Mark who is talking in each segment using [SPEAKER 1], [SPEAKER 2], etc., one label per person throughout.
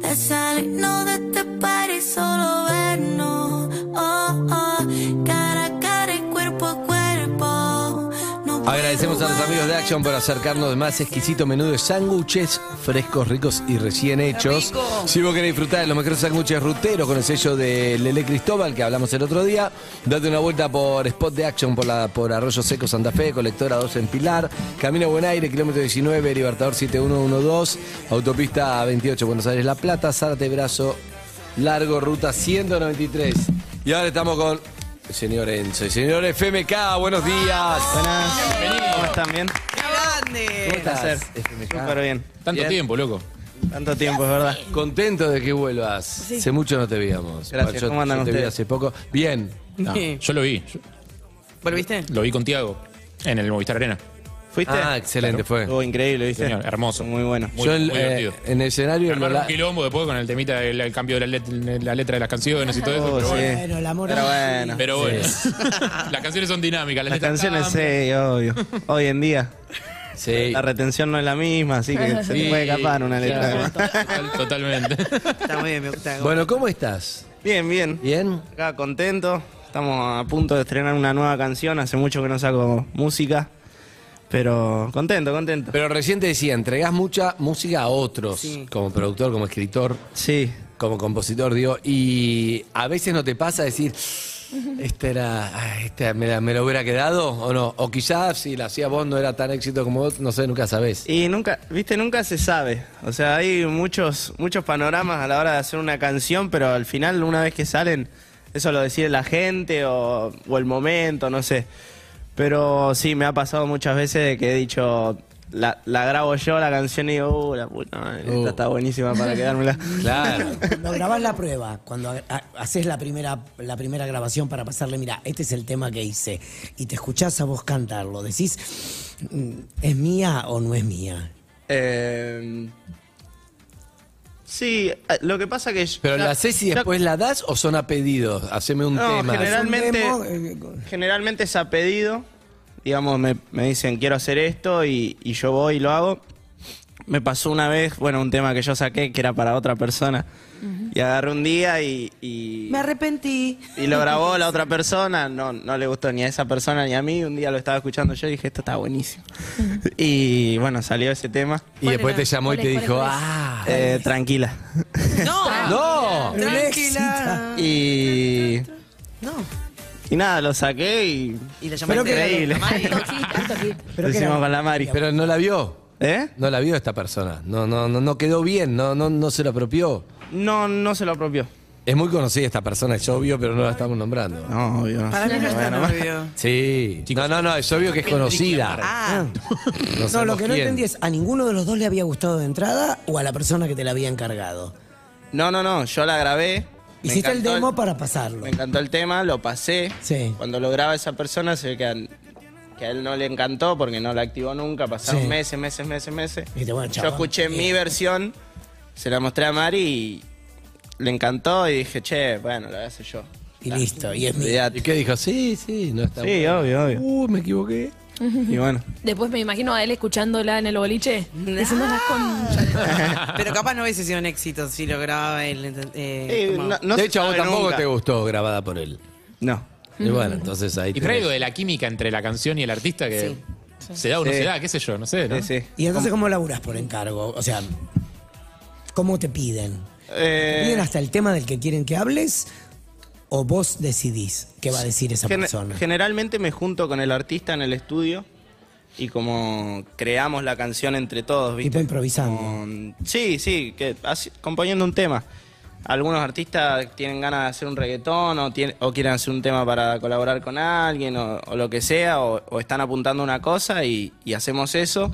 [SPEAKER 1] de salirnos de este par y solo vernos. Oh, oh, cara a cara y cuerpo a cuerpo. No
[SPEAKER 2] Agradecemos a los amigos de Action por acercarnos de más exquisito menú de sándwiches frescos, ricos y recién hechos. Si vos querés disfrutar de los mejores sándwiches ruteros con el sello de Lele Cristóbal, que hablamos el otro día, date una vuelta por Spot de Action por, la, por Arroyo Seco Santa Fe, Colectora 2 en Pilar, Camino Buen Aire, kilómetro 19, Libertador 7112, Autopista 28, Buenos Aires La Plata, Zárate Brazo, Largo, Ruta 193. Y ahora estamos con... el Señor Enzo, el señor FMK, buenos días.
[SPEAKER 3] Buenas. ¿Cómo están? ¿Bien?
[SPEAKER 4] Ah.
[SPEAKER 2] ¿Cómo estás?
[SPEAKER 3] Súper bien.
[SPEAKER 4] Tanto
[SPEAKER 2] Bien.
[SPEAKER 4] tiempo, loco.
[SPEAKER 3] Tanto tiempo, es verdad.
[SPEAKER 2] Contento de que vuelvas. Hace mucho no te veíamos.
[SPEAKER 3] Gracias,
[SPEAKER 2] Bueno, yo-
[SPEAKER 3] ¿cómo andan
[SPEAKER 2] yo te vi
[SPEAKER 3] ustedes?
[SPEAKER 2] hace poco. Bien.
[SPEAKER 4] No, Ah, yo lo vi. yo
[SPEAKER 5] ¿Volviste?
[SPEAKER 4] lo vi con Tiago en el Movistar Arena.
[SPEAKER 3] ¿Fuiste?
[SPEAKER 2] Ah, excelente
[SPEAKER 3] Estuvo
[SPEAKER 2] fue.
[SPEAKER 3] increíble, ¿viste?
[SPEAKER 4] Señor, hermoso.
[SPEAKER 3] Muy bueno.
[SPEAKER 4] Muy,
[SPEAKER 2] Yo el-
[SPEAKER 4] muy
[SPEAKER 2] eh,
[SPEAKER 4] divertido.
[SPEAKER 2] en el escenario en
[SPEAKER 4] Armaron
[SPEAKER 2] la-
[SPEAKER 4] un quilombo después con el temita del el cambio de la, let- la letra de las canciones y todo eso.
[SPEAKER 3] Oh,
[SPEAKER 4] pero
[SPEAKER 3] sí.
[SPEAKER 4] bueno.
[SPEAKER 5] Pero el amor.
[SPEAKER 3] Pero bueno.
[SPEAKER 4] Pero bueno. las canciones son dinámicas. Las,
[SPEAKER 3] Las
[SPEAKER 4] letras
[SPEAKER 3] canciones,
[SPEAKER 4] cambian.
[SPEAKER 3] sí, obvio. Hoy en día.
[SPEAKER 2] Sí.
[SPEAKER 3] La retención no es la misma, así que se
[SPEAKER 4] Sí,
[SPEAKER 3] te puede escapar una letra.
[SPEAKER 4] claro, total- totalmente.
[SPEAKER 5] Está muy bien, me gusta.
[SPEAKER 2] Bueno, ¿cómo estás?
[SPEAKER 3] Bien, bien.
[SPEAKER 2] ¿Bien?
[SPEAKER 3] Acá contento. Estamos a punto de estrenar una nueva canción. Hace mucho que no saco música. Pero contento, contento.
[SPEAKER 2] Pero recién te decía, entregás mucha música a otros, como productor, como escritor,
[SPEAKER 3] Sí.
[SPEAKER 2] como compositor, digo, y a veces no te pasa decir, esta era, ah, esta me, la- me lo hubiera quedado o no, o quizás si la hacía vos no era tan éxito como vos, no sé, nunca sabés.
[SPEAKER 3] Y nunca, viste, nunca se sabe. O sea, hay muchos, muchos panoramas a la hora de hacer una canción, pero al final, una vez que salen, eso lo decide la gente o, o el momento, no sé. Pero sí, me ha pasado muchas veces de que he dicho, la, la grabo yo la canción y digo, uh, la puta, madre, esta
[SPEAKER 2] Uh.
[SPEAKER 3] está buenísima para quedármela.
[SPEAKER 2] Claro.
[SPEAKER 6] Cuando grabás la prueba, cuando ha- ha- haces la primera, la primera grabación para pasarle, mira, este es el tema que hice, y te escuchás a vos cantarlo, decís, mm, ¿es mía o no es mía?
[SPEAKER 3] Eh, sí, eh, lo que pasa que... yo-
[SPEAKER 2] Pero
[SPEAKER 3] ya-
[SPEAKER 2] la haces y
[SPEAKER 3] ya-
[SPEAKER 2] después la das o son a pedidos, haceme un
[SPEAKER 3] No,
[SPEAKER 2] tema.
[SPEAKER 3] generalmente,
[SPEAKER 6] Es un demo,
[SPEAKER 3] generalmente es a pedido. Digamos, me, me dicen, quiero hacer esto y, y yo voy y lo hago. Me pasó una vez, bueno, un tema que yo saqué que era para otra persona. Y agarré un día y, y,
[SPEAKER 5] Me arrepentí.
[SPEAKER 3] y lo grabó la otra persona. No, no le gustó ni a esa persona ni a mí. Un día lo estaba escuchando yo y dije, esto está buenísimo. y bueno, salió ese tema.
[SPEAKER 2] Y después te llamó y te
[SPEAKER 7] ¿Cuál es?
[SPEAKER 2] dijo,
[SPEAKER 7] ¿Cuál es?
[SPEAKER 2] ah,
[SPEAKER 3] Eh, tranquila.
[SPEAKER 5] No,
[SPEAKER 3] Ah.
[SPEAKER 2] no.
[SPEAKER 5] tranquila.
[SPEAKER 3] y,
[SPEAKER 5] No.
[SPEAKER 3] y nada, lo saqué y...
[SPEAKER 5] Y la
[SPEAKER 3] Pero
[SPEAKER 5] llamaste
[SPEAKER 3] increíble.
[SPEAKER 5] a Mari.
[SPEAKER 3] lo
[SPEAKER 6] qué era?
[SPEAKER 3] hicimos con la Mari.
[SPEAKER 2] Pero no la vio,
[SPEAKER 3] ¿Eh?
[SPEAKER 2] no la vio esta persona, no, no, no, no quedó bien, no, no, no se lo apropió.
[SPEAKER 3] No, no se lo apropió.
[SPEAKER 2] Es muy conocida esta persona, es obvio, pero no la estamos nombrando.
[SPEAKER 3] No, obvio no.
[SPEAKER 5] Para mí no está novio.
[SPEAKER 2] Sí. No, no, no, es obvio que es conocida.
[SPEAKER 5] Ah,
[SPEAKER 6] No, lo
[SPEAKER 2] sabemos
[SPEAKER 6] que no
[SPEAKER 2] quién.
[SPEAKER 6] entendí es, ¿a ninguno de los dos le había gustado de entrada o a la persona que te la había encargado?
[SPEAKER 3] No, no, no, yo la grabé. me
[SPEAKER 6] Hiciste el
[SPEAKER 3] encantó
[SPEAKER 6] demo para pasarlo.
[SPEAKER 3] Me encantó el tema, lo pasé.
[SPEAKER 6] Sí.
[SPEAKER 3] Cuando lo graba esa persona se ve que a, que a él no le encantó porque no la activó nunca. Pasaron
[SPEAKER 6] Sí.
[SPEAKER 3] meses, meses, meses, meses.
[SPEAKER 6] Dijiste, bueno,
[SPEAKER 3] yo
[SPEAKER 6] chabón,
[SPEAKER 3] escuché
[SPEAKER 6] bien.
[SPEAKER 3] mi versión, se la mostré a Mari y le encantó y dije, che, bueno, la voy a hacer yo.
[SPEAKER 6] Y listo, y es mía.
[SPEAKER 2] ¿Y
[SPEAKER 3] Olvidate.
[SPEAKER 2] qué dijo? Sí, sí, no está
[SPEAKER 3] Sí, obvio, obvio.
[SPEAKER 2] Uh, me equivoqué.
[SPEAKER 3] Y bueno.
[SPEAKER 7] Después me imagino a él escuchándola en el boliche. Diciendo las con...
[SPEAKER 5] pero capaz no hubiese sido un éxito si lo grababa él. ent- eh,
[SPEAKER 3] Eh,
[SPEAKER 5] como-
[SPEAKER 3] no- no
[SPEAKER 2] de
[SPEAKER 3] se
[SPEAKER 2] hecho, a vos
[SPEAKER 3] sabe
[SPEAKER 2] tampoco
[SPEAKER 3] nunca.
[SPEAKER 2] te gustó grabada por él.
[SPEAKER 3] No.
[SPEAKER 2] Y bueno, entonces ahí
[SPEAKER 4] Y
[SPEAKER 2] tenés.
[SPEAKER 4] traigo de la química entre la canción y el artista que se da o no
[SPEAKER 3] Sí.
[SPEAKER 4] se da, qué sé yo, no sé. ¿no?
[SPEAKER 3] Sí, sí.
[SPEAKER 6] Y entonces, ¿cómo laburás por encargo? O sea, ¿cómo te piden?
[SPEAKER 3] Eh,
[SPEAKER 6] ¿Piden hasta el tema del que quieren que hables o vos decidís qué va a decir esa
[SPEAKER 3] Gen-
[SPEAKER 6] persona?
[SPEAKER 3] Generalmente me junto con el artista en el estudio y como creamos la canción entre todos, ¿viste?
[SPEAKER 6] Tipo improvisando.
[SPEAKER 3] Como- sí, sí, que así- componiendo un tema. Algunos artistas tienen ganas de hacer un reggaetón o, tiene- o quieren hacer un tema para colaborar con alguien o, o lo que sea, o, o están apuntando a una cosa y, y hacemos eso.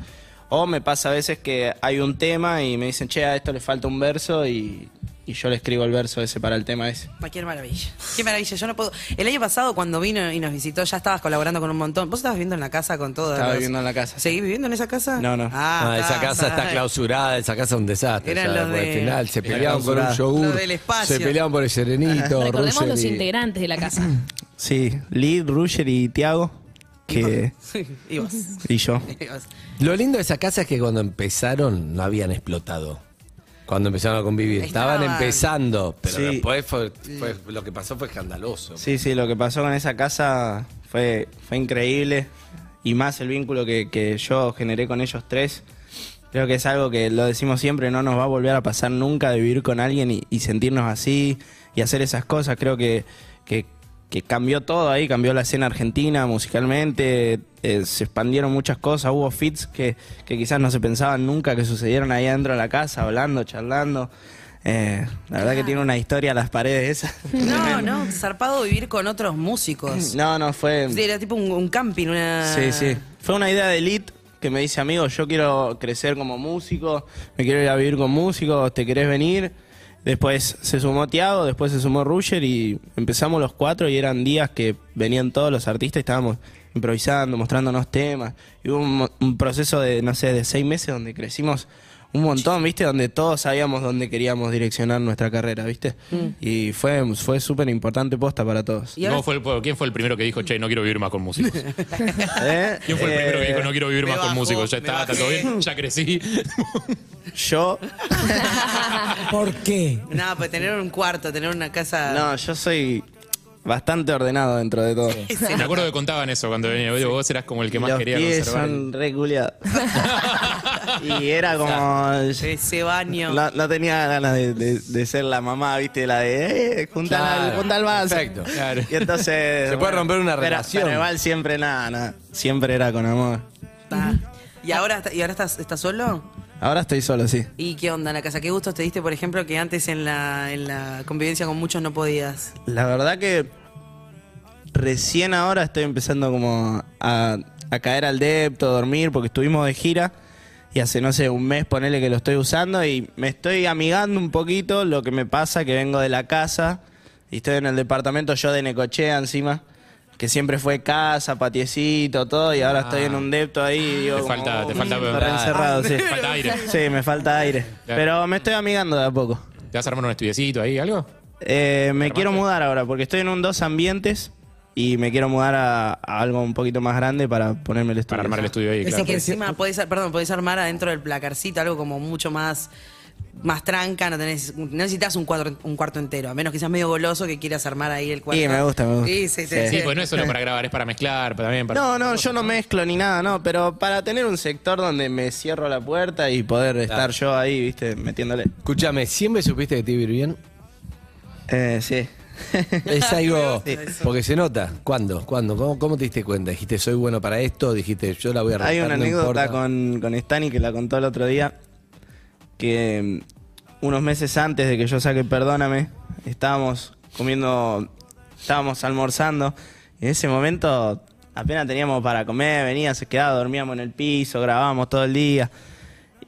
[SPEAKER 3] O me pasa a veces que hay un tema y me dicen, che, a esto le falta un verso y, y yo le escribo el verso ese para el tema ese.
[SPEAKER 5] Cualquier maravilla. Qué maravilla. Yo no puedo. El año pasado, cuando vino y nos visitó, ya estabas colaborando con un montón. ¿Vos estabas viviendo en la casa con todo?
[SPEAKER 3] Estaba viviendo en la casa.
[SPEAKER 5] ¿Seguís viviendo en esa casa?
[SPEAKER 3] No, no.
[SPEAKER 5] Ah,
[SPEAKER 2] Ah, esa casa está clausurada, esa casa es un desastre.
[SPEAKER 5] Eran
[SPEAKER 2] ya,
[SPEAKER 5] los
[SPEAKER 2] porque
[SPEAKER 5] de-
[SPEAKER 2] Al final se
[SPEAKER 4] Era
[SPEAKER 2] peleaban por un
[SPEAKER 3] clausurada.
[SPEAKER 2] yogur.
[SPEAKER 5] Los del espacio.
[SPEAKER 2] Se peleaban por el
[SPEAKER 3] Oh,
[SPEAKER 2] serenito,
[SPEAKER 7] Recordemos
[SPEAKER 2] Russell
[SPEAKER 7] los
[SPEAKER 2] y-
[SPEAKER 7] integrantes de la casa.
[SPEAKER 3] Sí, Lee, Ruger y Tiago. que
[SPEAKER 5] y vos.
[SPEAKER 3] y yo.
[SPEAKER 5] y vos.
[SPEAKER 2] Lo lindo de esa casa es que cuando empezaron no habían explotado. Cuando empezaron a convivir. Estaban,
[SPEAKER 5] Estaban.
[SPEAKER 2] empezando, pero
[SPEAKER 3] Sí.
[SPEAKER 2] después fue, fue- lo que pasó fue escandaloso.
[SPEAKER 3] Sí, sí, lo que pasó con esa casa fue, fue increíble. Y más el vínculo que, que yo generé con ellos tres. Creo que es algo que lo decimos siempre, no nos va a volver a pasar nunca de vivir con alguien y, y sentirnos así y hacer esas cosas. Creo que, que- que cambió todo ahí, cambió la escena argentina musicalmente, eh, se expandieron muchas cosas, hubo fits que, que quizás no se pensaban nunca que sucedieron ahí adentro de la casa, hablando, charlando. Eh, la verdad que tiene una historia las paredes esas.
[SPEAKER 5] No, no, zarpado vivir con otros músicos.
[SPEAKER 3] No, no, fue...
[SPEAKER 5] Sí, Era tipo un, un camping, una.
[SPEAKER 3] Sí, sí. Fue una idea de Elite que me dice, amigo, yo quiero crecer como músico, me quiero ir a vivir con músicos, ¿te querés venir? Después se sumó Tiago, después se sumó Ruger y empezamos los cuatro y eran días que venían todos los artistas y estábamos improvisando, mostrándonos temas. Y hubo un, mo- un proceso de, no sé, de seis meses donde crecimos un montón, ¿viste? Donde todos sabíamos dónde queríamos direccionar nuestra carrera, ¿viste? Y fue, fue súper importante posta para todos.
[SPEAKER 5] Y ahora-
[SPEAKER 4] ¿Cómo fue el- ¿Quién fue el primero que dijo, che, no quiero vivir más con músicos?
[SPEAKER 3] ¿Eh?
[SPEAKER 4] ¿Quién fue el primero que dijo, no quiero vivir
[SPEAKER 5] me
[SPEAKER 4] más con
[SPEAKER 5] bajó,
[SPEAKER 4] músicos? Ya
[SPEAKER 5] me
[SPEAKER 4] está, está todo
[SPEAKER 5] bajé.
[SPEAKER 4] bien, ya crecí.
[SPEAKER 3] Yo
[SPEAKER 6] ¿Por qué?
[SPEAKER 5] No, pues tener un cuarto, tener una casa.
[SPEAKER 3] No, yo soy bastante ordenado dentro de todo.
[SPEAKER 4] Me acuerdo que contaban eso cuando venía. Oye, Vos eras como el que más
[SPEAKER 3] Los
[SPEAKER 4] quería
[SPEAKER 3] pies
[SPEAKER 4] conservar.
[SPEAKER 3] son reculeados. y era como...
[SPEAKER 5] Ese baño.
[SPEAKER 3] No, no tenía ganas de, de- de ser la mamá, viste, la de... Eh, junta al,
[SPEAKER 2] Claro,
[SPEAKER 3] junta al vaso.
[SPEAKER 2] perfecto.
[SPEAKER 4] Claro.
[SPEAKER 3] Y entonces...
[SPEAKER 2] puede romper una
[SPEAKER 3] pero-
[SPEAKER 2] relación.
[SPEAKER 3] Pero igual siempre nada, nada. Siempre era con amor.
[SPEAKER 5] Ah. ¿Y ahora, está- y ahora estás, estás solo?
[SPEAKER 3] Ahora estoy solo, sí.
[SPEAKER 5] ¿Y qué onda en la casa? ¿Qué gustos te diste, por ejemplo, que antes en la, en la convivencia con muchos no podías?
[SPEAKER 3] La verdad que recién ahora estoy empezando como a, a caer al depto, a dormir, porque estuvimos de gira y hace, no sé, un mes ponele que lo estoy usando y me estoy amigando un poquito lo que me pasa, que vengo de la casa y estoy en el departamento yo de Necochea encima, que siempre fue casa, patiecito, todo, y ahora estoy en un depto ahí. y digo,
[SPEAKER 4] Te falta-
[SPEAKER 3] como,
[SPEAKER 4] te falta- Ah,
[SPEAKER 3] "Uh, re encerrado, sí.
[SPEAKER 4] Te falta aire.
[SPEAKER 3] Sí, me falta aire.
[SPEAKER 4] Claro.
[SPEAKER 3] Pero me estoy amigando de a poco.
[SPEAKER 4] ¿Te vas a armar un estudiecito ahí, algo?
[SPEAKER 3] Eh, me quiero mudar ahora porque estoy en un dos ambientes y me quiero mudar a, a algo un poquito más grande para ponerme el estudio.
[SPEAKER 4] Para armar el estudio ahí,
[SPEAKER 6] Eso
[SPEAKER 4] claro.
[SPEAKER 5] Que
[SPEAKER 6] Pero si-
[SPEAKER 5] encima podés, perdón, podés armar adentro del placarcito algo como mucho más más tranca, no tenés no necesitas un cuadro un cuarto entero, a menos que seas medio goloso que quieras armar ahí el cuarto.
[SPEAKER 3] Sí, me gusta, me gusta.
[SPEAKER 5] Sí, sí, te-
[SPEAKER 4] Sí, pues no es solo para grabar, es para mezclar, para también para...
[SPEAKER 3] No, no, yo no mezclo ni nada, no, pero para tener un sector donde me cierro la puerta y poder estar yo ahí, viste, metiéndole.
[SPEAKER 2] Escúchame, ¿siempre supiste que te iba a ir bien?
[SPEAKER 3] Eh, sí.
[SPEAKER 2] Es algo. Porque se nota. ¿Cuándo? ¿Cuándo? ¿Cómo, cómo te diste cuenta? ¿Dijiste soy bueno para esto? ¿Dijiste yo la voy a
[SPEAKER 3] Hay
[SPEAKER 2] arreglar?
[SPEAKER 3] una
[SPEAKER 2] no
[SPEAKER 3] anécdota
[SPEAKER 2] importa"?
[SPEAKER 3] con, con Stani que la contó el otro día, que mm, unos meses antes de que yo saque Perdóname, estábamos comiendo, estábamos almorzando, y en ese momento apenas teníamos para comer, venía, se quedaba, dormíamos en el piso, grabábamos todo el día,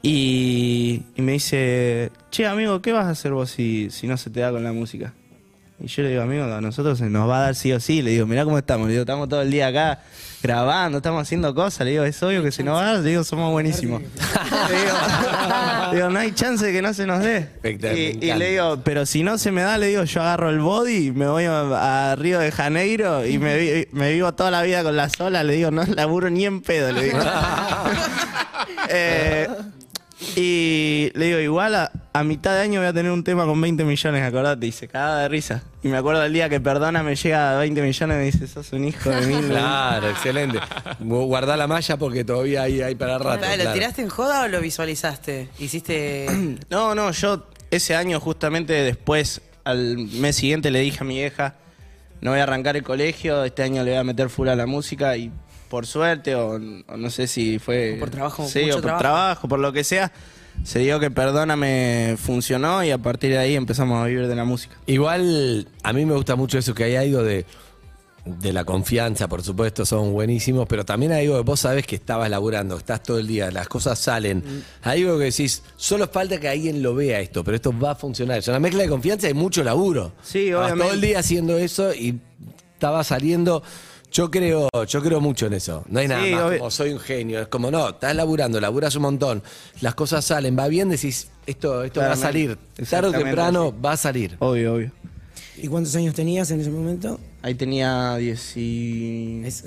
[SPEAKER 3] y, y me dice, che amigo, ¿qué vas a hacer vos si, si no se te da con la música? Y yo le digo, amigo, a nosotros se nos va a dar sí o sí. Le digo, mirá cómo estamos. Le digo, estamos todo el día acá grabando, estamos haciendo cosas. Le digo, es obvio que se nos va a dar. Le digo, somos buenísimos. le, digo, le digo, no hay chance de que no se nos dé.
[SPEAKER 2] Espectacular, me
[SPEAKER 3] Y, y
[SPEAKER 2] encanta.
[SPEAKER 3] le digo, pero si no se me da, le digo, yo agarro el body, me voy a, a Río de Janeiro y me, vi- me vivo toda la vida con la sola. Le digo, no laburo ni en pedo. Le digo. Eh, y le digo, igual a, a mitad de año voy a tener un tema con 20 millones, acordate. Y se cagaba de risa. Y me acuerdo el día que Perdona me llega a 20 millones y me dice, sos un hijo de mil.
[SPEAKER 2] Claro, excelente. Gu- Guardá la malla porque todavía hay, hay para rato.
[SPEAKER 5] Ah, ¿Lo
[SPEAKER 2] claro.
[SPEAKER 5] tiraste en joda o lo visualizaste? Hiciste
[SPEAKER 3] No, no, yo ese año justamente después, al mes siguiente le dije a mi vieja, no voy a arrancar el colegio, este año le voy a meter full a la música y por suerte, o, o no sé si fue...
[SPEAKER 5] O por trabajo,
[SPEAKER 3] sí,
[SPEAKER 5] mucho
[SPEAKER 3] o por
[SPEAKER 5] trabajo.
[SPEAKER 3] trabajo. por lo que sea, se dio que Perdóname funcionó y a partir de ahí empezamos a vivir de la música.
[SPEAKER 2] Igual, a mí me gusta mucho eso que hay algo de, de la confianza, por supuesto, son buenísimos, pero también hay algo que vos sabés que estabas laburando, estás todo el día, las cosas salen.
[SPEAKER 3] Mm.
[SPEAKER 2] Hay algo que decís, solo falta que alguien lo vea esto, pero esto va a funcionar. Es una mezcla de confianza y mucho laburo.
[SPEAKER 3] Sí,
[SPEAKER 2] Estabas
[SPEAKER 3] obviamente.
[SPEAKER 2] Todo el día haciendo eso y estaba saliendo. Yo creo, yo creo mucho en eso. No hay nada
[SPEAKER 3] Sí,
[SPEAKER 2] más
[SPEAKER 3] obvi-
[SPEAKER 2] como soy un genio. Es como no, estás laburando, laburas un montón, las cosas salen, va bien, decís, esto, esto va a
[SPEAKER 3] Claramente.
[SPEAKER 2] salir. Tarde o
[SPEAKER 3] Exactamente
[SPEAKER 2] temprano
[SPEAKER 3] así.
[SPEAKER 2] va a salir.
[SPEAKER 3] Obvio, obvio.
[SPEAKER 6] ¿Y cuántos años tenías en ese momento?
[SPEAKER 3] Ahí tenía 10 y...
[SPEAKER 6] Es-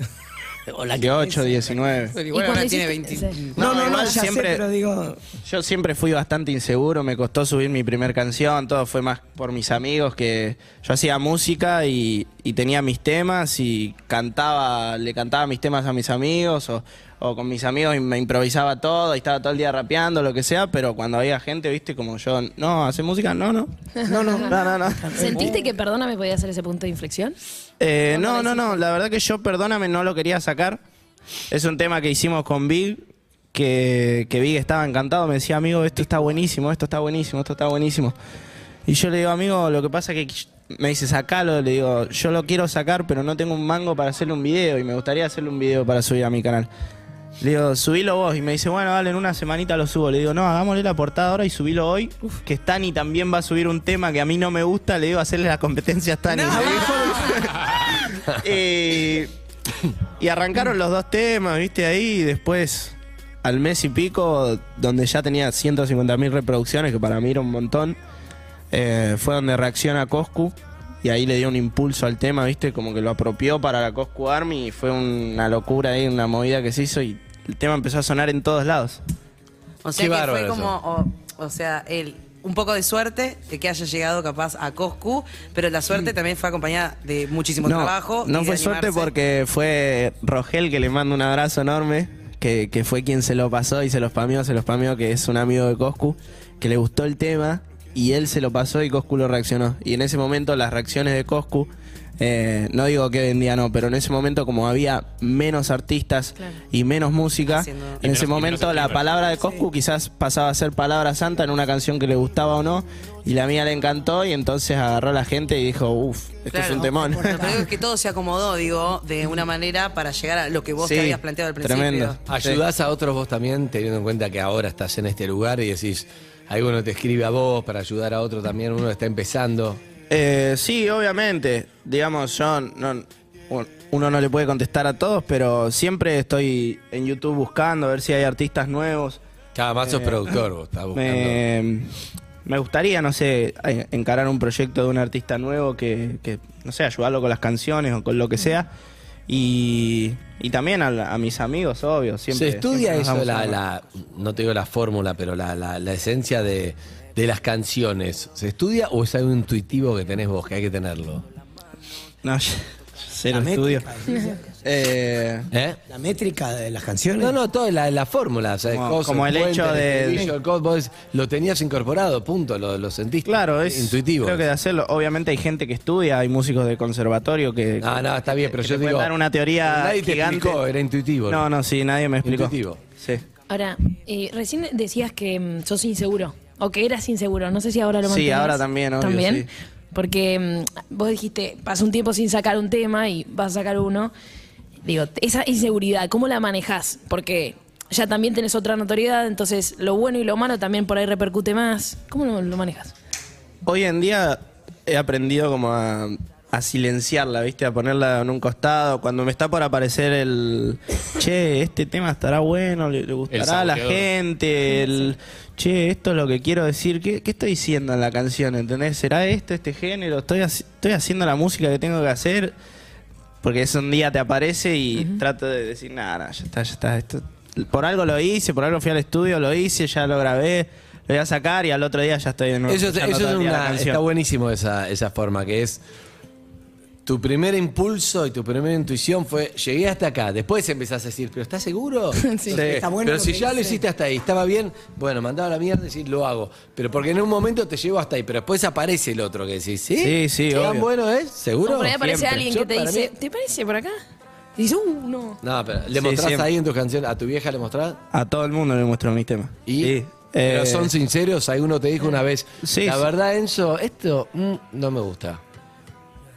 [SPEAKER 6] o la que
[SPEAKER 3] 18,
[SPEAKER 6] es.
[SPEAKER 3] 19.
[SPEAKER 7] ¿Y
[SPEAKER 8] Igual ahora
[SPEAKER 7] cuando
[SPEAKER 8] tiene
[SPEAKER 7] hiciste-
[SPEAKER 8] 20.
[SPEAKER 7] sí.
[SPEAKER 6] No, no, no,
[SPEAKER 3] igual
[SPEAKER 6] ya
[SPEAKER 3] siempre-
[SPEAKER 6] sé, pero digo.
[SPEAKER 3] Yo siempre fui bastante inseguro, me costó subir mi primer canción, todo fue más por mis amigos que yo hacía música y, y tenía mis temas y cantaba, le cantaba mis temas a mis amigos o, o con mis amigos y me improvisaba todo y estaba todo el día rapeando, lo que sea, pero cuando había gente, viste, como yo, no, hace música, no, no, no, no, no, no, no.
[SPEAKER 8] Oh.
[SPEAKER 7] ¿Sentiste que perdóname podía ser ese punto de inflexión?
[SPEAKER 3] Eh, no,
[SPEAKER 7] ¿Cuándo
[SPEAKER 3] no,
[SPEAKER 7] la
[SPEAKER 3] no, la verdad que yo, perdóname, no lo quería sacar. Es un tema que hicimos con Big, que, que Big estaba encantado, me decía, amigo, esto está buenísimo, esto está buenísimo, esto está buenísimo. Y yo le digo, amigo, lo que pasa es que me dice, sacalo, le digo, yo lo quiero sacar, pero no tengo un mango para hacerle un video y me gustaría hacerle un video para subir a mi canal. Le digo, subilo vos. Y me dice, bueno, dale, en una semanita lo subo. Le digo, no, hagámosle la portada ahora y subilo hoy. Que Stani también va a subir un tema que a mí no me gusta. Le digo, hacerle la competencia a Stani. Eh, y arrancaron los dos temas, viste, ahí. Y después, al mes y pico, donde ya tenía 150.000 reproducciones, que para mí era un montón, eh, fue donde reacciona Coscu. Y ahí le dio un impulso al tema, viste, como que lo apropió para la Coscu Army. Y fue una locura ahí, una movida que se hizo. Y el tema empezó a sonar en todos lados.
[SPEAKER 5] O sea
[SPEAKER 2] Qué
[SPEAKER 5] que
[SPEAKER 2] bárbaro
[SPEAKER 5] fue como, o, o sea, él, un poco de suerte de que haya llegado capaz a Coscu, pero la suerte también fue acompañada de muchísimo trabajo. y
[SPEAKER 3] Mm. No
[SPEAKER 5] de
[SPEAKER 3] fue suerte
[SPEAKER 5] animarse.
[SPEAKER 3] porque fue Rogel que le mando un abrazo enorme, que, que fue quien se lo pasó y se los spameó, se los spameó, que es un amigo de Coscu, que le gustó el tema y él se lo pasó y Coscu lo reaccionó. Y en ese momento las reacciones de Coscu, eh, no digo que hoy en día no, pero en ese momento como había menos artistas y menos música,
[SPEAKER 5] Haciendo-
[SPEAKER 3] en
[SPEAKER 5] Y
[SPEAKER 3] ese
[SPEAKER 4] menos- y menos
[SPEAKER 3] momento la
[SPEAKER 4] streamers.
[SPEAKER 3] palabra de Coscu quizás pasaba a ser palabra santa en una canción que le gustaba o no, y la mía le encantó y entonces agarró a la gente y dijo, uff, esto es
[SPEAKER 5] Claro,
[SPEAKER 3] un temón.
[SPEAKER 5] Lo que digo es que todo se acomodó, digo, de una manera para llegar a lo que vos
[SPEAKER 3] Sí,
[SPEAKER 5] te habías planteado al principio.
[SPEAKER 3] tremendo.
[SPEAKER 2] Ayudás a otros vos también, teniendo en cuenta que ahora estás en este lugar y decís, alguno te escribe a vos para ayudar a otro también, uno está empezando.
[SPEAKER 3] Eh, sí, obviamente. Digamos, yo no- uno no le puede contestar a todos, pero siempre estoy en YouTube buscando a ver si hay artistas nuevos.
[SPEAKER 2] Cada más
[SPEAKER 3] Eh,
[SPEAKER 2] sos productor, vos estás buscando.
[SPEAKER 3] Me, me gustaría, no sé, eh, encarar un proyecto de un artista nuevo que, que, no sé, ayudarlo con las canciones o con lo que sea. Y, y también a, la- a mis amigos, obvio. Siempre,
[SPEAKER 2] Se estudia
[SPEAKER 3] siempre nos
[SPEAKER 2] eso,
[SPEAKER 3] damos
[SPEAKER 2] la,
[SPEAKER 3] una mano.
[SPEAKER 2] la- no te digo la fórmula, pero la, la- la esencia de, de las canciones. ¿Se estudia o es algo intuitivo que tenés vos, que hay que tenerlo?
[SPEAKER 3] No, yo- yo cero
[SPEAKER 6] La
[SPEAKER 3] estudio.
[SPEAKER 6] métrica,
[SPEAKER 3] Eh,
[SPEAKER 2] ¿Eh?
[SPEAKER 6] La métrica de las canciones.
[SPEAKER 2] No, no, toda la, la fórmula. o sea,
[SPEAKER 3] Como-
[SPEAKER 2] cosas,
[SPEAKER 3] como el
[SPEAKER 2] puentes,
[SPEAKER 3] hecho de-
[SPEAKER 2] estribillo, el cos- vos lo tenías incorporado, punto, lo, lo sentiste.
[SPEAKER 3] Claro, es
[SPEAKER 2] intuitivo.
[SPEAKER 3] Creo que de hacerlo. Obviamente hay gente que estudia, hay músicos de conservatorio que.
[SPEAKER 2] Ah, No, no, está bien, pero
[SPEAKER 3] que
[SPEAKER 2] yo
[SPEAKER 3] te pueden
[SPEAKER 2] digo.
[SPEAKER 3] dar una teoría
[SPEAKER 2] pero Nadie
[SPEAKER 3] gigante.
[SPEAKER 2] te explicó, era intuitivo.
[SPEAKER 3] No, no, sí, nadie me explicó.
[SPEAKER 2] Intuitivo.
[SPEAKER 3] Sí.
[SPEAKER 7] Ahora, eh, recién decías que mm, sos inseguro, o que eras inseguro, no sé si ahora lo
[SPEAKER 3] Sí,
[SPEAKER 7] mantienes.
[SPEAKER 3] ahora también, obvio,
[SPEAKER 7] También,
[SPEAKER 3] sí.
[SPEAKER 7] porque mm, vos dijiste, pasó un tiempo sin sacar un tema y vas a sacar uno. Digo, t- esa inseguridad, ¿cómo la manejás? Porque ya también tenés otra notoriedad, entonces lo bueno y lo malo también por ahí repercute más. ¿Cómo lo, lo manejas?
[SPEAKER 3] Hoy en día he aprendido como a, a silenciarla, ¿viste? A ponerla en un costado. Cuando me está por aparecer el. Che, este tema estará bueno, le, le gustará a la
[SPEAKER 4] saboteador.
[SPEAKER 3] gente. El, che, esto es lo que quiero decir. ¿Qué, qué estoy diciendo en la canción? ¿Entendés? ¿Será esto, este género? ¿Estoy, haci- estoy haciendo la música que tengo que hacer? Porque es un día te aparece y trato de decir, nada, nah, ya está, ya está. Esto, por algo lo hice, por algo fui al estudio, lo hice, ya lo grabé, lo voy a sacar y al otro día ya estoy de nuevo.
[SPEAKER 2] Eso, es-
[SPEAKER 3] escuchando
[SPEAKER 2] eso es
[SPEAKER 3] todo el día la
[SPEAKER 2] una,
[SPEAKER 3] canción.
[SPEAKER 2] está buenísimo esa, esa forma, que es tu primer impulso y tu primera intuición fue, llegué hasta acá. Después empezás a decir, ¿pero estás seguro?
[SPEAKER 3] Sí.
[SPEAKER 2] Porque-
[SPEAKER 6] Está bueno
[SPEAKER 2] pero
[SPEAKER 6] lo
[SPEAKER 2] si
[SPEAKER 6] que
[SPEAKER 2] ya lo
[SPEAKER 6] dice.
[SPEAKER 2] hiciste hasta ahí, estaba bien, bueno, mandaba la mierda y decís, lo hago. Pero porque en un momento te llevo hasta ahí, pero después aparece el otro que decís, ¿sí?
[SPEAKER 3] Sí, sí,
[SPEAKER 2] ¿Tan
[SPEAKER 3] obvio.
[SPEAKER 2] bueno es? ¿Seguro?
[SPEAKER 7] O por ahí aparece
[SPEAKER 2] Siempre.
[SPEAKER 7] alguien
[SPEAKER 2] Yo,
[SPEAKER 7] que te
[SPEAKER 2] para
[SPEAKER 7] dice,
[SPEAKER 2] mí-
[SPEAKER 7] ¿te parece por acá? Y dices, uh, no.
[SPEAKER 2] no, pero le
[SPEAKER 3] Sí,
[SPEAKER 2] mostrás
[SPEAKER 3] siempre.
[SPEAKER 2] ahí en tus canciones, a tu vieja le mostrás.
[SPEAKER 3] A todo el mundo le muestro mis temas.
[SPEAKER 2] Y,
[SPEAKER 3] Sí.
[SPEAKER 2] pero
[SPEAKER 3] Eh,
[SPEAKER 2] son sinceros, alguno te dijo una vez,
[SPEAKER 3] Sí,
[SPEAKER 2] la
[SPEAKER 3] sí.
[SPEAKER 2] verdad, Enzo, esto mm, no me gusta.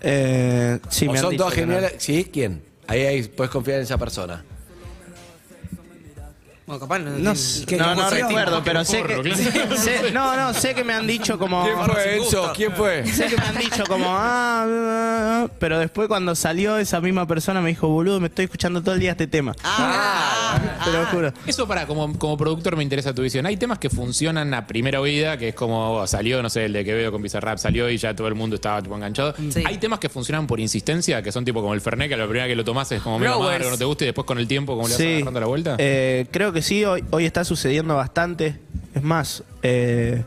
[SPEAKER 3] eh, sí,
[SPEAKER 2] O
[SPEAKER 3] me han
[SPEAKER 2] son
[SPEAKER 3] dicho
[SPEAKER 2] todas
[SPEAKER 3] que no.
[SPEAKER 2] geniales. ¿Sí? ¿Quién? Ahí, ahí puedes confiar en esa persona.
[SPEAKER 5] Bueno, capaz no,
[SPEAKER 3] No, s-
[SPEAKER 6] ¿Qué-
[SPEAKER 3] no,
[SPEAKER 6] cómo
[SPEAKER 3] no
[SPEAKER 6] se
[SPEAKER 3] recuerdo,
[SPEAKER 4] llama?
[SPEAKER 3] pero sé
[SPEAKER 4] Porro,
[SPEAKER 3] que.
[SPEAKER 4] claro.
[SPEAKER 3] sé- no, no, sé que me han dicho como.
[SPEAKER 2] Enzo? ¿Quién fue?
[SPEAKER 3] Sé que me han dicho como. Ah, ah, ah", pero después cuando salió esa misma persona me dijo, boludo, me estoy escuchando todo el día este tema.
[SPEAKER 5] Ah,
[SPEAKER 3] te lo juro.
[SPEAKER 4] Eso para, como, como productor me interesa tu visión. Hay temas que funcionan a primera oída, que es como oh, salió, no sé, el de Quevedo con Bizarrap salió y ya todo el mundo estaba tipo enganchado.
[SPEAKER 5] Sí.
[SPEAKER 4] Hay temas que funcionan por insistencia, que son tipo como el Fernet, que la primera que lo tomás es como medio
[SPEAKER 5] Growers.
[SPEAKER 4] amargo, no te gusta y después con el tiempo como le vas
[SPEAKER 3] Sí.
[SPEAKER 4] agarrando la vuelta.
[SPEAKER 3] Eh, creo que sí, hoy, hoy está sucediendo bastante. Es más, eh,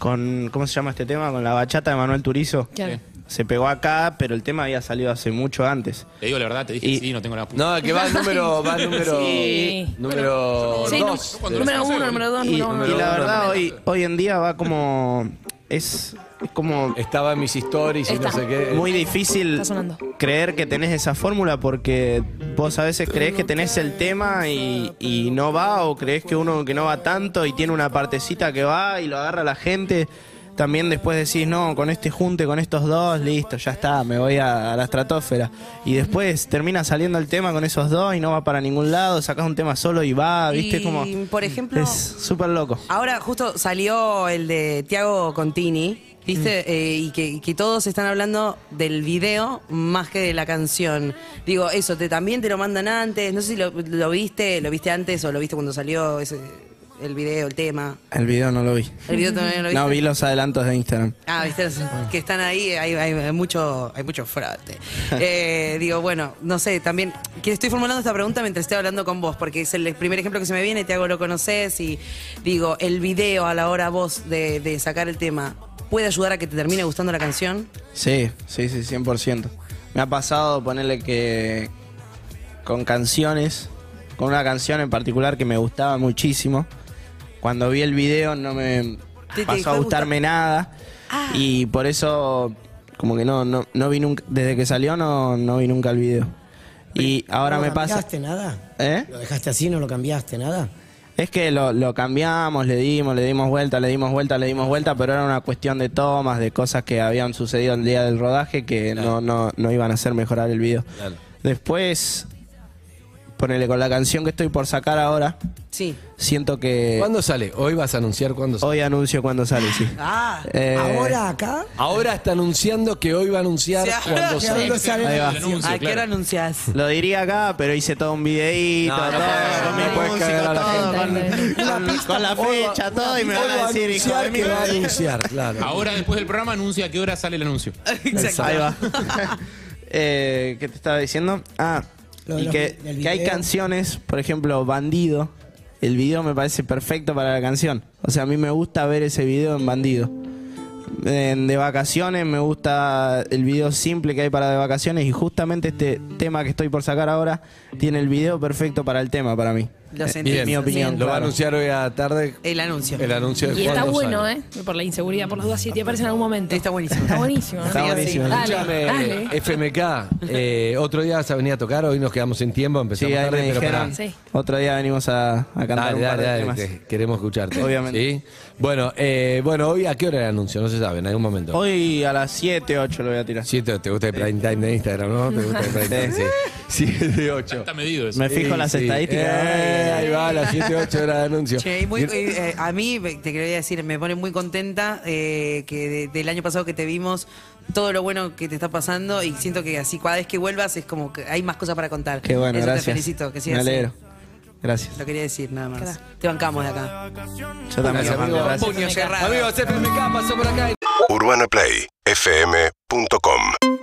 [SPEAKER 3] con. ¿Cómo se llama este tema? Con la bachata de Manuel Turizo.
[SPEAKER 7] Claro.
[SPEAKER 4] Sí.
[SPEAKER 3] Se pegó acá, pero el tema había salido hace mucho antes.
[SPEAKER 4] Te digo la verdad, te dije
[SPEAKER 3] Y-
[SPEAKER 4] sí, no tengo la puta.
[SPEAKER 2] No, que va el número, va el número,
[SPEAKER 7] Sí.
[SPEAKER 2] número
[SPEAKER 7] Sí, no,
[SPEAKER 2] dos.
[SPEAKER 4] cuando
[SPEAKER 7] número uno, número dos,
[SPEAKER 3] Y,
[SPEAKER 7] número uno.
[SPEAKER 3] y la verdad,
[SPEAKER 7] número
[SPEAKER 3] hoy, hoy en día va como. Es, es como
[SPEAKER 2] Estaba en mis stories y no
[SPEAKER 7] Está.
[SPEAKER 2] sé qué.
[SPEAKER 3] muy difícil
[SPEAKER 7] Está sonando.
[SPEAKER 3] creer que tenés esa fórmula porque vos a veces crees que tenés el tema y, y no va o crees que uno que no va tanto y tiene una partecita que va y lo agarra la gente. También después decís, no, con este junte, con estos dos, listo, ya está, me voy a, a la estratosfera. Y después termina saliendo el tema con esos dos y no va para ningún lado, sacás un tema solo y va, Ah, ¿viste?
[SPEAKER 5] Y,
[SPEAKER 3] Como,
[SPEAKER 5] por ejemplo-
[SPEAKER 3] Es súper loco.
[SPEAKER 5] Ahora justo salió el de Tiago Contini, ¿viste?
[SPEAKER 3] Mm.
[SPEAKER 5] Eh, y que, y que todos están hablando del video más que de la canción. Digo, eso, te, también te lo mandan antes, no sé si lo, lo viste, lo viste antes o lo viste cuando salió ese, el video, el tema.
[SPEAKER 3] El video no lo vi.
[SPEAKER 5] El video también lo viste.
[SPEAKER 3] No, vi los adelantos de Instagram.
[SPEAKER 5] Ah, viste, los- que están ahí, hay, hay- hay mucho, hay mucho frate. Eh, digo, bueno, no sé, también, que estoy formulando esta pregunta mientras estoy hablando con vos, porque es el primer ejemplo que se me viene, te hago lo conoces y digo, el video a la hora vos de, de sacar el tema, ¿puede ayudar a que te termine gustando la canción?
[SPEAKER 3] Sí, sí, sí, 100%. Me ha pasado ponerle que con canciones, con una canción en particular que me gustaba muchísimo, cuando vi el video no me
[SPEAKER 5] Te- te
[SPEAKER 3] pasó
[SPEAKER 5] dejó
[SPEAKER 3] a
[SPEAKER 5] de
[SPEAKER 3] gustarme nada y por eso como que no, no, no vi nunca, desde que salió no, no vi nunca el video. Y ahora
[SPEAKER 6] ¿No
[SPEAKER 3] me pasa...
[SPEAKER 6] cambiaste nada?
[SPEAKER 3] ¿Eh?
[SPEAKER 6] ¿Lo dejaste así? ¿No lo cambiaste nada?
[SPEAKER 3] Es que lo, lo cambiamos, le dimos, le dimos vuelta, le dimos vuelta, le dimos vuelta, pero era una cuestión de tomas, de cosas que habían sucedido el día del rodaje que no, no, no iban a hacer mejorar el video.
[SPEAKER 2] Claro.
[SPEAKER 3] Después, ponele con la canción que estoy por sacar ahora,
[SPEAKER 5] Sí.
[SPEAKER 3] siento que
[SPEAKER 2] Eh, ¿Cuándo sale? Hoy vas a anunciar cuándo sale.
[SPEAKER 3] hoy anuncio cuando sale, sí.
[SPEAKER 5] Ah,
[SPEAKER 3] Eh,
[SPEAKER 6] ¿Ahora acá?
[SPEAKER 2] Ahora está anunciando que hoy va a anunciar
[SPEAKER 5] Sí,
[SPEAKER 2] cuándo
[SPEAKER 5] sí.
[SPEAKER 2] sale.
[SPEAKER 6] ¿Cuándo sale?
[SPEAKER 3] Ahí va.
[SPEAKER 6] la canción?
[SPEAKER 4] Sí,
[SPEAKER 5] ¿a qué
[SPEAKER 4] claro.
[SPEAKER 5] hora anunciás?
[SPEAKER 3] Lo diría acá, pero hice todo un videíto,
[SPEAKER 2] No, no,
[SPEAKER 3] todo,
[SPEAKER 2] no,
[SPEAKER 3] con
[SPEAKER 2] no,
[SPEAKER 3] mi
[SPEAKER 2] no puedes
[SPEAKER 3] música,
[SPEAKER 2] cagar a la
[SPEAKER 3] todo,
[SPEAKER 7] gente.
[SPEAKER 3] con- con- con la fecha, todo, y me
[SPEAKER 2] Hoy
[SPEAKER 3] van
[SPEAKER 2] va
[SPEAKER 3] a decir, hijo
[SPEAKER 2] anunciar
[SPEAKER 3] de
[SPEAKER 2] que
[SPEAKER 3] mil".
[SPEAKER 2] va a anunciar, claro.
[SPEAKER 4] Ahora, después del programa, anuncia a qué hora sale el anuncio.
[SPEAKER 3] Ahí va. Eh, ¿Qué te estaba diciendo? Ah,
[SPEAKER 6] Lo de
[SPEAKER 3] y
[SPEAKER 6] los
[SPEAKER 3] que,
[SPEAKER 6] vi- del
[SPEAKER 3] que hay
[SPEAKER 6] video.
[SPEAKER 3] canciones, por ejemplo, Bandido. El video me parece perfecto para la canción. O sea, a mí me gusta ver ese video en Bandido. En de vacaciones me gusta el video simple que hay para de vacaciones y justamente este tema que estoy por sacar ahora tiene el video perfecto para el tema para mí.
[SPEAKER 5] Lo
[SPEAKER 3] Eh,
[SPEAKER 5] sentí,
[SPEAKER 3] en mi
[SPEAKER 5] lo
[SPEAKER 3] opinión.
[SPEAKER 5] sentí.
[SPEAKER 2] Lo va a
[SPEAKER 3] claro.
[SPEAKER 2] anunciar hoy a la tarde
[SPEAKER 5] El anuncio.
[SPEAKER 2] el anuncio de
[SPEAKER 7] Y está
[SPEAKER 2] cuándo
[SPEAKER 7] bueno,
[SPEAKER 2] sale.
[SPEAKER 7] ¿eh? Por la inseguridad, por las dudas, si te aparece en algún momento.
[SPEAKER 5] Está buenísimo.
[SPEAKER 7] Está buenísimo. ¿no?
[SPEAKER 3] Está
[SPEAKER 7] Sí,
[SPEAKER 3] buenísimo.
[SPEAKER 7] sí.
[SPEAKER 2] Escúchame,
[SPEAKER 7] Dale, dale.
[SPEAKER 2] FMK, eh, otro día vas a venir a tocar, hoy nos quedamos sin tiempo,
[SPEAKER 3] Sí,
[SPEAKER 2] empezamos
[SPEAKER 3] ahí
[SPEAKER 2] tarde,
[SPEAKER 3] me
[SPEAKER 2] pero pará.
[SPEAKER 3] dijeron.
[SPEAKER 7] Sí.
[SPEAKER 3] Otro día venimos a, a cantar
[SPEAKER 2] Dale,
[SPEAKER 3] un par
[SPEAKER 2] dale,
[SPEAKER 3] de
[SPEAKER 2] dale,
[SPEAKER 3] temas.
[SPEAKER 2] te- queremos escucharte.
[SPEAKER 3] Obviamente.
[SPEAKER 2] ¿Sí? Bueno, eh, bueno, hoy a qué hora el anuncio, no se sabe, en algún momento.
[SPEAKER 3] Hoy a las 7, 8 lo voy a tirar.
[SPEAKER 2] Sí, te te gusta el prime time de Instagram, ¿no? Te gusta el prime time, sí. 7, 8.
[SPEAKER 4] Está medido eso.
[SPEAKER 3] Me fijo las estadísticas.
[SPEAKER 2] Pues, Eh, ahí va, las 7, 8 horas de anuncio.
[SPEAKER 5] Che, y muy-
[SPEAKER 2] Y-
[SPEAKER 5] eh, eh, a mí, me- te quería decir, me pone muy contenta eh, que de- del año pasado que te vimos, todo lo bueno que te está pasando y siento que así cada vez que vuelvas es como que hay más cosas para contar.
[SPEAKER 3] Qué bueno,
[SPEAKER 5] Eso
[SPEAKER 3] gracias.
[SPEAKER 5] Te felicito, que
[SPEAKER 3] Me
[SPEAKER 5] sigas
[SPEAKER 3] alegro.
[SPEAKER 5] así.
[SPEAKER 3] Gracias.
[SPEAKER 5] Lo quería decir nada más. Te bancamos de acá.
[SPEAKER 3] Yo también
[SPEAKER 2] Gracias,
[SPEAKER 3] los mando,
[SPEAKER 2] amigo.
[SPEAKER 3] gracias.
[SPEAKER 5] Puño cerrado.
[SPEAKER 2] Amigos, FMK pasó por acá.
[SPEAKER 8] UrbanaPlayFM.com